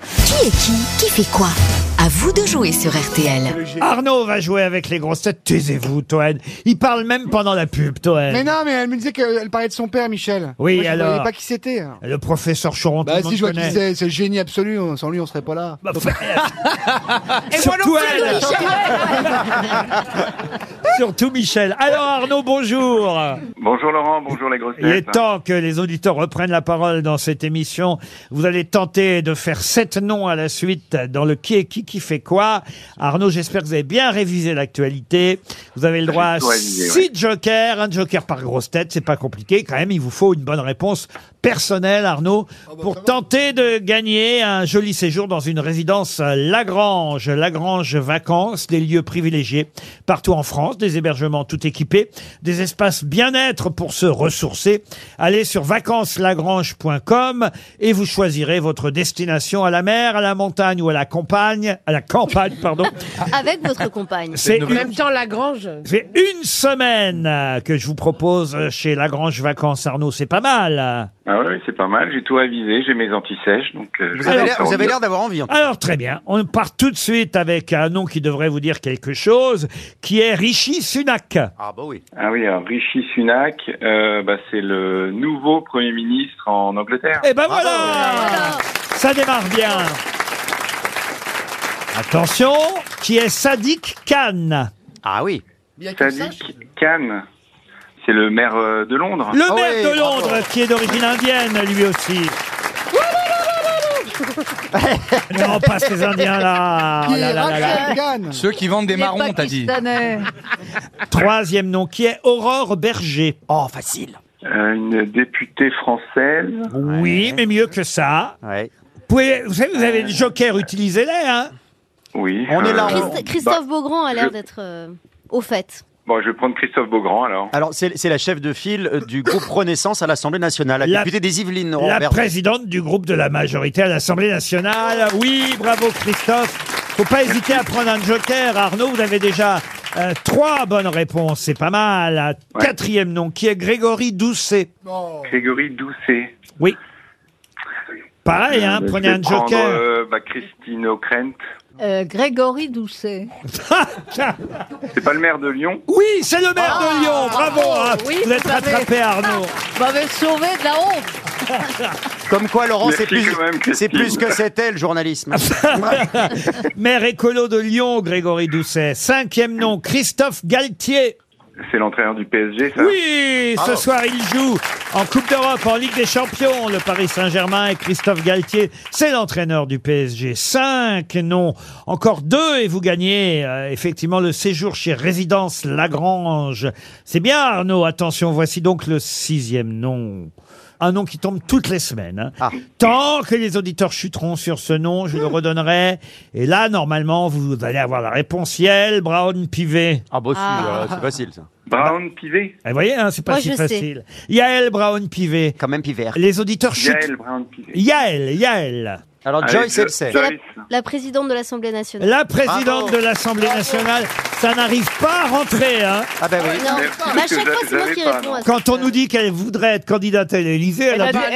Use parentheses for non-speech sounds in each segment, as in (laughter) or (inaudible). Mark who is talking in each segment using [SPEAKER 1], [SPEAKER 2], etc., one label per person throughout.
[SPEAKER 1] Qui est qui Qui fait quoi À vous de jouer sur RTL.
[SPEAKER 2] Arnaud va jouer avec les grosses têtes. Taisez-vous, Toen. Il parle même pendant la pub, Toen.
[SPEAKER 3] Mais non, mais elle me disait qu'elle parlait de son père, Michel.
[SPEAKER 2] Oui,
[SPEAKER 3] Moi, je
[SPEAKER 2] alors.
[SPEAKER 3] voyais pas qui c'était.
[SPEAKER 2] Le professeur Choron,
[SPEAKER 3] Bah
[SPEAKER 2] tout le
[SPEAKER 3] si, je vois
[SPEAKER 2] monde
[SPEAKER 3] qui
[SPEAKER 2] connaît.
[SPEAKER 3] c'est. C'est le génie absolu. Sans lui, on serait pas là.
[SPEAKER 2] Bah, (laughs) Surtout elle. (laughs) Surtout Michel. Alors Arnaud, bonjour.
[SPEAKER 4] Bonjour Laurent, bonjour les grosses
[SPEAKER 2] Il est
[SPEAKER 4] têtes.
[SPEAKER 2] temps que les auditeurs reprennent la parole dans cette émission. Vous allez tenter de faire sept noms à la suite dans le qui est qui qui fait quoi. Arnaud, j'espère que vous avez bien révisé l'actualité. Vous avez le droit à
[SPEAKER 4] tout révisé,
[SPEAKER 2] six jokers, un joker par grosse tête, c'est pas compliqué. Quand même, il vous faut une bonne réponse personnelle, Arnaud, pour tenter de gagner un joli séjour dans une résidence euh, Lagrange. Lagrange Vacances, des lieux privilégiés partout en France, des hébergements tout équipés, des espaces bien-être pour se ressourcer. Allez sur vacanceslagrange.com et vous choisirez votre destination à la mer, à la montagne ou à la campagne, à la campagne, pardon.
[SPEAKER 5] Avec votre compagne.
[SPEAKER 2] C'est
[SPEAKER 5] En même temps, la grange.
[SPEAKER 2] fait une semaine euh, que je vous propose euh, chez Lagrange Vacances Arnaud, c'est pas mal. euh.
[SPEAKER 4] Ah oui, c'est pas mal, j'ai tout avisé, j'ai mes antisèches, donc euh, je
[SPEAKER 6] Vous
[SPEAKER 4] vais
[SPEAKER 6] avez
[SPEAKER 4] faire
[SPEAKER 6] l'air- vous
[SPEAKER 4] ça.
[SPEAKER 6] avez l'air d'avoir envie. en tout
[SPEAKER 2] Alors très bien, on part tout de suite avec un nom qui devrait vous dire quelque chose, qui est Rishi Sunak.
[SPEAKER 6] cas. Ah bah oui.
[SPEAKER 4] Ah oui, alors Rishi Sunak, euh, bah, c'est le nouveau Premier ministre en Angleterre.
[SPEAKER 2] Eh ben voilà
[SPEAKER 3] Ah
[SPEAKER 2] Ça démarre bien. Attention, qui est Sadiq Khan,
[SPEAKER 6] Ah oui.
[SPEAKER 4] Sadiq Khan, c'est le maire euh, de Londres.
[SPEAKER 2] le
[SPEAKER 6] Ah
[SPEAKER 2] maire
[SPEAKER 6] ouais,
[SPEAKER 2] de
[SPEAKER 6] bravo.
[SPEAKER 2] Londres qui est d'origine indienne lui
[SPEAKER 3] (laughs)
[SPEAKER 2] aussi. non, pas ces Indiens là.
[SPEAKER 3] Qui
[SPEAKER 2] Oh là là
[SPEAKER 3] est
[SPEAKER 2] là là.
[SPEAKER 3] Rachel Kahn.
[SPEAKER 7] Ceux qui vendent des marrons, t'as dit.
[SPEAKER 2] Troisième nom qui est Aurore Berger.
[SPEAKER 6] Oh, facile.
[SPEAKER 4] Euh, une députée française.
[SPEAKER 2] Oui, mais mieux que ça.
[SPEAKER 6] Ouais.
[SPEAKER 2] Vous, pouvez- vous savez, vous avez le joker, utilisez-les. Hein
[SPEAKER 4] Oui. euh, bah,
[SPEAKER 6] On est là, on-
[SPEAKER 5] Christ- Christophe Beaugrand a
[SPEAKER 4] je-
[SPEAKER 5] l'air d'être euh, au fait.
[SPEAKER 4] Bon, je vais prendre Christophe Beaugrand alors.
[SPEAKER 6] Alors, c'est c'est la chef de file euh, du groupe Renaissance à l'Assemblée nationale, la,
[SPEAKER 2] La-
[SPEAKER 6] députée des Yvelines. Laurent
[SPEAKER 2] La
[SPEAKER 6] Berger.
[SPEAKER 2] présidente du groupe de la majorité à l'Assemblée nationale. Oui, bravo Christophe. Faut pas hésiter à prendre un joker. Arnaud, vous avez déjà euh, trois bonnes réponses. C'est pas mal.
[SPEAKER 4] Ouais.
[SPEAKER 2] Quatrième nom qui est Grégory Doucet. Oh.
[SPEAKER 4] Grégory Doucet.
[SPEAKER 2] Oui. Pareil, hein,
[SPEAKER 4] Euh,
[SPEAKER 2] prenez
[SPEAKER 4] je vais
[SPEAKER 2] un joker.
[SPEAKER 4] prendre, euh, bah, Christine O'Krent. Euh,
[SPEAKER 5] Grégory Doucet.
[SPEAKER 4] C'est pas le maire de Lyon.
[SPEAKER 2] (laughs) oui, c'est le maire de Lyon. Bravo. hein.
[SPEAKER 5] oui,
[SPEAKER 2] vous êtes
[SPEAKER 5] vous savez.
[SPEAKER 2] rattrapé, Arnaud.
[SPEAKER 5] M'avait sauvé de la honte.
[SPEAKER 6] Comme quoi, Laurent,
[SPEAKER 4] Merci
[SPEAKER 6] c'est plus,
[SPEAKER 4] quand même, Christine.
[SPEAKER 6] c'est plus que c'était le journalisme.
[SPEAKER 2] Maire écolo de Lyon, Grégory Doucet. Cinquième nom, Christophe Galtier.
[SPEAKER 4] C'est l'entraîneur du PSG, ça.
[SPEAKER 2] Oui, ce
[SPEAKER 6] Ah.
[SPEAKER 2] soir il joue en Coupe d'Europe, en Ligue des Champions, le Paris Saint-Germain et Christophe Galtier, c'est l'entraîneur du PSG. Cinq non, encore deux et vous gagnez euh, effectivement le séjour chez Résidence Lagrange. C'est bien Arnaud, attention, voici donc le sixième nom. Un nom qui tombe toutes les semaines. hein.
[SPEAKER 6] Ah.
[SPEAKER 2] Tant que les auditeurs chuteront sur ce nom, je le redonnerai. Et là, normalement, vous allez avoir la réponse. Yel, Brown, Pivet.
[SPEAKER 6] Ah bah si,
[SPEAKER 5] Ah.
[SPEAKER 6] euh, c'est facile ça.
[SPEAKER 4] Brown Pivet.
[SPEAKER 2] Eh, Vous voyez, hein, c'est pas
[SPEAKER 5] Moi,
[SPEAKER 2] si
[SPEAKER 5] je sais.
[SPEAKER 2] facile. Yael Brown-Pivet.
[SPEAKER 6] Quand même pivert.
[SPEAKER 2] Les auditeurs chutent.
[SPEAKER 4] Yael Brown Pivet.
[SPEAKER 2] Yael, Yael.
[SPEAKER 6] Alors,
[SPEAKER 4] Allez,
[SPEAKER 6] Joyce,
[SPEAKER 4] Jo-
[SPEAKER 6] elle sait.
[SPEAKER 4] Joyce.
[SPEAKER 5] La présidente de l'Assemblée nationale.
[SPEAKER 2] La présidente de
[SPEAKER 6] Bravo.
[SPEAKER 2] l'Assemblée nationale, ça n'arrive pas à rentrer. hein.
[SPEAKER 6] Ah bah oui.
[SPEAKER 5] Non,
[SPEAKER 4] Mais-
[SPEAKER 5] mais à chaque
[SPEAKER 4] je-
[SPEAKER 5] fois, c'est moi
[SPEAKER 4] j'avais
[SPEAKER 5] qui
[SPEAKER 4] pas,
[SPEAKER 5] réponds
[SPEAKER 4] non.
[SPEAKER 5] à ça.
[SPEAKER 2] Quand on nous dit qu'elle voudrait être candidate à l'Élysée, elle, a du-
[SPEAKER 5] chemin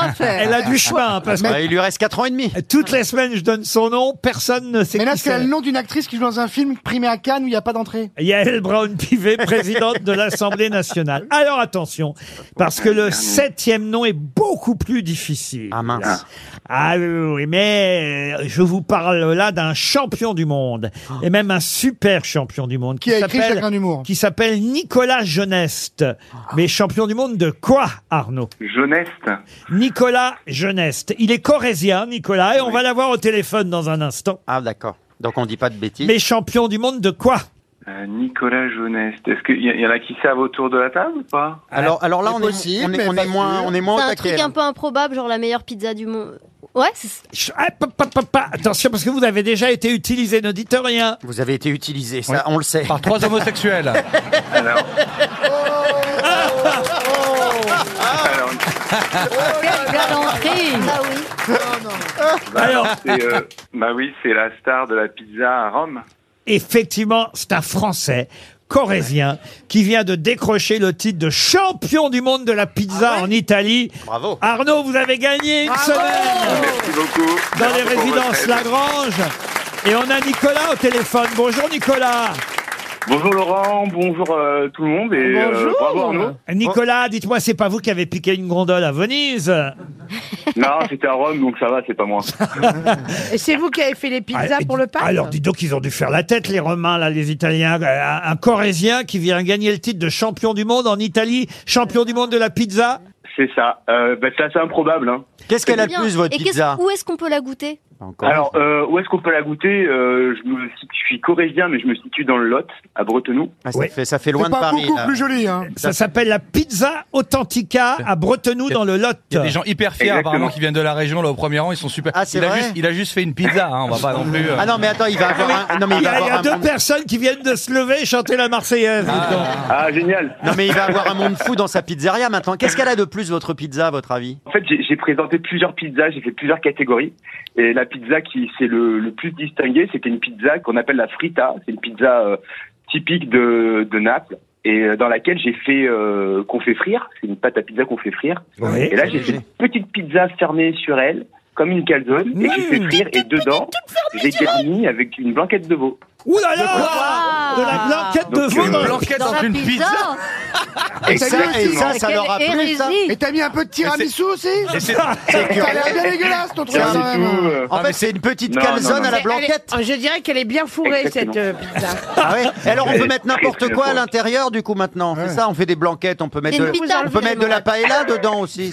[SPEAKER 5] à faire.
[SPEAKER 2] elle a du chemin. hein, Parce
[SPEAKER 6] Bah, il lui reste 4 ans et demi.
[SPEAKER 2] que toutes les semaines, je donne son nom, personne ne sait
[SPEAKER 3] Mais là,
[SPEAKER 2] qui
[SPEAKER 3] c'est
[SPEAKER 2] c'est.
[SPEAKER 3] le nom d'une actrice qui joue dans un film primé à Cannes où il n'y a pas d'entrée.
[SPEAKER 2] Yael Brown-Pivet, présidente de l'Assemblée nationale. Alors attention, parce que le septième nom est beaucoup plus difficile.
[SPEAKER 6] Ah mince.
[SPEAKER 2] Ah oui, oui, oui, mais euh, je vous parle là d'un champion du monde et même un super champion du monde
[SPEAKER 3] Qui a écrit
[SPEAKER 2] s'appelle-
[SPEAKER 3] Chagrin d'humour.
[SPEAKER 2] qui s'appelle Nicolas Geneste. Mais champion du monde de quoi, Arnaud
[SPEAKER 4] Jeuneste.
[SPEAKER 2] Nicolas Geneste. Il est corésien, Nicolas, et on va l'avoir au téléphone dans un instant.
[SPEAKER 6] Ah d'accord. Donc on dit pas de bêtises.
[SPEAKER 2] Mais champion du monde de quoi
[SPEAKER 4] Euh, Nicolas Jeuneste. Est-ce qu'il y, a- y en a qui savent autour de la table ou pas
[SPEAKER 6] Alors, alors là, on est,
[SPEAKER 3] possible,
[SPEAKER 6] on est,
[SPEAKER 3] mais
[SPEAKER 6] on est
[SPEAKER 3] pas
[SPEAKER 6] moins,
[SPEAKER 3] sûr.
[SPEAKER 6] on est moins au
[SPEAKER 5] C'est un
[SPEAKER 6] taquet.
[SPEAKER 5] truc
[SPEAKER 6] là.
[SPEAKER 5] un peu improbable, genre la meilleure pizza du monde. Ouais, c'est-
[SPEAKER 2] Ch- ah, pa- pa- pa- pa- Attention, parce que vous avez déjà été utilisé, ne dites rien.
[SPEAKER 6] Vous avez été utilisé, ça, on le sait.
[SPEAKER 7] Par trois homosexuels.
[SPEAKER 4] Alors. Alors,
[SPEAKER 5] Ah oui.
[SPEAKER 2] Alors,
[SPEAKER 4] c'est, euh, bah oui, c'est la star de la pizza à Rome.
[SPEAKER 2] effectivement, c'est un Français corésien qui vient de décrocher le titre de champion du monde de la pizza en Italie.
[SPEAKER 6] Bravo.
[SPEAKER 2] Arnaud, vous avez gagné une semaine
[SPEAKER 4] Merci beaucoup.
[SPEAKER 2] dans les
[SPEAKER 4] Merci pour votre
[SPEAKER 2] résidences
[SPEAKER 4] aide.
[SPEAKER 2] Lagrange. Et on a Nicolas au téléphone. Bonjour Nicolas.
[SPEAKER 4] Bonjour Laurent, bonjour euh, tout le monde et euh,
[SPEAKER 5] Bonjour.
[SPEAKER 4] bravo Arnaud.
[SPEAKER 2] Nicolas, dites-moi, c'est pas vous qui avez piqué une gondole à Venise
[SPEAKER 4] Non, j'étais à Rome donc ça va, c'est pas moi.
[SPEAKER 8] Et c'est vous qui avez fait les pizzas
[SPEAKER 2] Ah,
[SPEAKER 8] pour le pape
[SPEAKER 2] Alors, dis donc, ils ont dû faire la tête, les Romains, là, les Italiens. Euh, Un, un Corésien qui vient gagner le titre de champion du monde en Italie, champion du monde de la pizza.
[SPEAKER 4] C'est ça. Euh, bah, c'est assez improbable. Hein.
[SPEAKER 6] Qu'est-ce qu'elle a le
[SPEAKER 5] Bien.
[SPEAKER 6] plus, votre
[SPEAKER 5] Et qu'est-ce-
[SPEAKER 6] pizza
[SPEAKER 5] où est-ce qu'on peut la goûter
[SPEAKER 6] Encore.
[SPEAKER 4] Alors, euh, où est-ce qu'on peut la goûter Euh, je, me situe, je suis corésien, mais je me situe dans le Lot, à Bretenoux.
[SPEAKER 6] Ah, ça,
[SPEAKER 2] ouais.
[SPEAKER 6] fait, ça fait loin
[SPEAKER 3] C'est
[SPEAKER 6] de
[SPEAKER 3] pas
[SPEAKER 6] Paris.
[SPEAKER 3] beaucoup
[SPEAKER 6] là.
[SPEAKER 3] plus joli, hein.
[SPEAKER 2] Ça s'appelle la Pizza Authentica à Bretenoux dans le Lot.
[SPEAKER 7] Il y a des gens hyper fiers,
[SPEAKER 4] Exactement.
[SPEAKER 7] apparemment, qui viennent de la région, là, au premier rang. Ils sont super.
[SPEAKER 6] Ah, c'est
[SPEAKER 7] il, a
[SPEAKER 6] vrai
[SPEAKER 7] juste, il a juste fait une pizza, hein, on va pas non plus. euh.
[SPEAKER 6] Ah non, mais attends, il va avoir un. Non, mais
[SPEAKER 2] Il
[SPEAKER 6] il
[SPEAKER 2] y
[SPEAKER 6] va
[SPEAKER 2] a, il y a
[SPEAKER 6] avoir un
[SPEAKER 2] deux
[SPEAKER 6] monde...
[SPEAKER 2] personnes qui viennent de se lever et chanter la Marseillaise. dis donc.
[SPEAKER 4] Ah, génial
[SPEAKER 6] Non, mais il va avoir un monde fou dans sa pizzeria maintenant. Qu'est-ce qu'elle a de plus, votre pizza, à votre avis
[SPEAKER 4] En fait, j'ai j'ai présenté plusieurs pizzas, j'ai fait plusieurs catégories. Et la pizza qui s'est le, le plus distinguée, c'était une pizza qu'on appelle la frita. C'est une pizza euh, typique de, de Naples et euh, dans laquelle j'ai fait euh, qu'on fait frire. C'est une pâte à pizza qu'on fait frire.
[SPEAKER 2] Oui.
[SPEAKER 4] Et là, j'ai fait une petite pizza fermée sur elle, comme une calzone, et j'ai
[SPEAKER 6] Mmh.
[SPEAKER 4] fait frire. Et dedans, j'ai garni avec une blanquette de veau.
[SPEAKER 2] Ouh là là
[SPEAKER 5] Ah.
[SPEAKER 2] De la blanquette de
[SPEAKER 4] Donc,
[SPEAKER 2] veau
[SPEAKER 4] euh,
[SPEAKER 2] dans-
[SPEAKER 7] Blanquette dans,
[SPEAKER 8] la
[SPEAKER 7] une pizza.
[SPEAKER 6] Et Ah, ça, et ça, ça
[SPEAKER 8] Quelle
[SPEAKER 6] leur a plu, ça
[SPEAKER 8] hérésie
[SPEAKER 3] Et t'as mis un peu de tiramisu aussi
[SPEAKER 7] Et c'est-
[SPEAKER 3] Ça a l'air bien dégueulasse ton truc
[SPEAKER 4] Rien
[SPEAKER 6] Ah,
[SPEAKER 3] quand
[SPEAKER 4] du tout.
[SPEAKER 3] même.
[SPEAKER 4] euh,
[SPEAKER 6] En fait, c'est une petite
[SPEAKER 4] Non, non,
[SPEAKER 6] calzone
[SPEAKER 4] non.
[SPEAKER 6] à la
[SPEAKER 8] Mais elle est- Oh,
[SPEAKER 6] blanquette.
[SPEAKER 8] Je dirais qu'elle est bien fourrée,
[SPEAKER 4] Exactement.
[SPEAKER 8] cette euh, pizza.
[SPEAKER 6] Ah ouais Et Alors on
[SPEAKER 4] Elle
[SPEAKER 6] peut
[SPEAKER 4] est
[SPEAKER 6] mettre
[SPEAKER 4] très,
[SPEAKER 6] n'importe
[SPEAKER 4] très
[SPEAKER 6] quoi à
[SPEAKER 4] forte.
[SPEAKER 6] l'intérieur du coup maintenant. C'est
[SPEAKER 3] Ouais.
[SPEAKER 6] ça, on fait des blanquettes, on peut mettre
[SPEAKER 5] Une
[SPEAKER 6] de,
[SPEAKER 5] pizza,
[SPEAKER 6] on peut mettre de la paella dedans
[SPEAKER 4] (laughs)
[SPEAKER 6] aussi.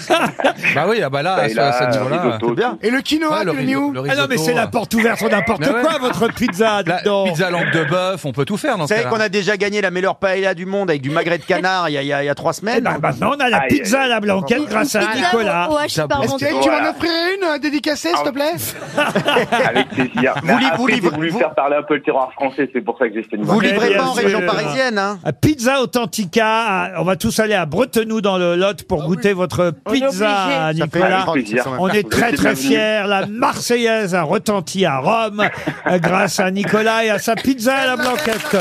[SPEAKER 7] Bah oui, ah bah là,
[SPEAKER 4] et là,
[SPEAKER 7] à ce niveau-là.
[SPEAKER 4] risotto,
[SPEAKER 6] c'est bien.
[SPEAKER 3] Et le
[SPEAKER 7] Ah,
[SPEAKER 3] quinoa,
[SPEAKER 7] le
[SPEAKER 3] tu l'as mis
[SPEAKER 7] riso-
[SPEAKER 3] où
[SPEAKER 7] le
[SPEAKER 2] Ah non,
[SPEAKER 7] risotto,
[SPEAKER 2] mais c'est la
[SPEAKER 7] euh,
[SPEAKER 2] porte ouverte sur n'importe
[SPEAKER 7] Mais ouais.
[SPEAKER 2] quoi, votre pizza. dis
[SPEAKER 7] la
[SPEAKER 2] donc.
[SPEAKER 7] pizza langue de bœuf, on peut tout faire
[SPEAKER 6] Vous
[SPEAKER 7] dans ce
[SPEAKER 6] savez
[SPEAKER 7] cas-là.
[SPEAKER 6] qu'on a déjà gagné la meilleure paella du monde avec du magret de canard il y a, il y a- il y a trois
[SPEAKER 2] Eh
[SPEAKER 6] semaines.
[SPEAKER 2] ben,
[SPEAKER 4] bah,
[SPEAKER 2] maintenant, on a la
[SPEAKER 4] Aïe,
[SPEAKER 2] pizza à la
[SPEAKER 5] Une
[SPEAKER 2] blanquette grâce à
[SPEAKER 5] pizza
[SPEAKER 2] Nicolas.
[SPEAKER 5] au- au hachis
[SPEAKER 7] Ça
[SPEAKER 5] par
[SPEAKER 7] bouffe.
[SPEAKER 3] Est-ce que
[SPEAKER 5] contre.
[SPEAKER 3] tu
[SPEAKER 4] Voilà.
[SPEAKER 3] m'en offrirais une euh, dédicacée, s'il te plaît
[SPEAKER 4] Avec
[SPEAKER 6] (laughs)
[SPEAKER 4] plaisir. Mais
[SPEAKER 6] li- vous
[SPEAKER 4] après, j'ai
[SPEAKER 6] livrez-
[SPEAKER 4] voulu
[SPEAKER 6] vous-
[SPEAKER 4] faire parler un peu le terroir français, c'est pour ça que j'ai fait une euh,
[SPEAKER 6] Vous
[SPEAKER 2] Mais
[SPEAKER 6] livrez
[SPEAKER 2] bien
[SPEAKER 6] pas en
[SPEAKER 2] sûr.
[SPEAKER 6] région parisienne, hein
[SPEAKER 2] À Pizza Authentica, à- on va tous aller à Bretenoux dans le Lot pour goûter votre
[SPEAKER 8] Ah On est
[SPEAKER 2] pizza,
[SPEAKER 8] obligé.
[SPEAKER 2] à
[SPEAKER 6] Ça
[SPEAKER 4] Bah,
[SPEAKER 6] fait-
[SPEAKER 2] Nicolas.
[SPEAKER 6] Ah,
[SPEAKER 4] plaisir.
[SPEAKER 6] ça, ça va
[SPEAKER 2] On
[SPEAKER 6] faire-
[SPEAKER 2] est très
[SPEAKER 4] êtes
[SPEAKER 2] très
[SPEAKER 4] bienvenue.
[SPEAKER 2] fiers. La
[SPEAKER 8] (laughs)
[SPEAKER 2] Marseillaise a retenti à Rome euh, grâce à Nicolas et à sa pizza à la blanquette.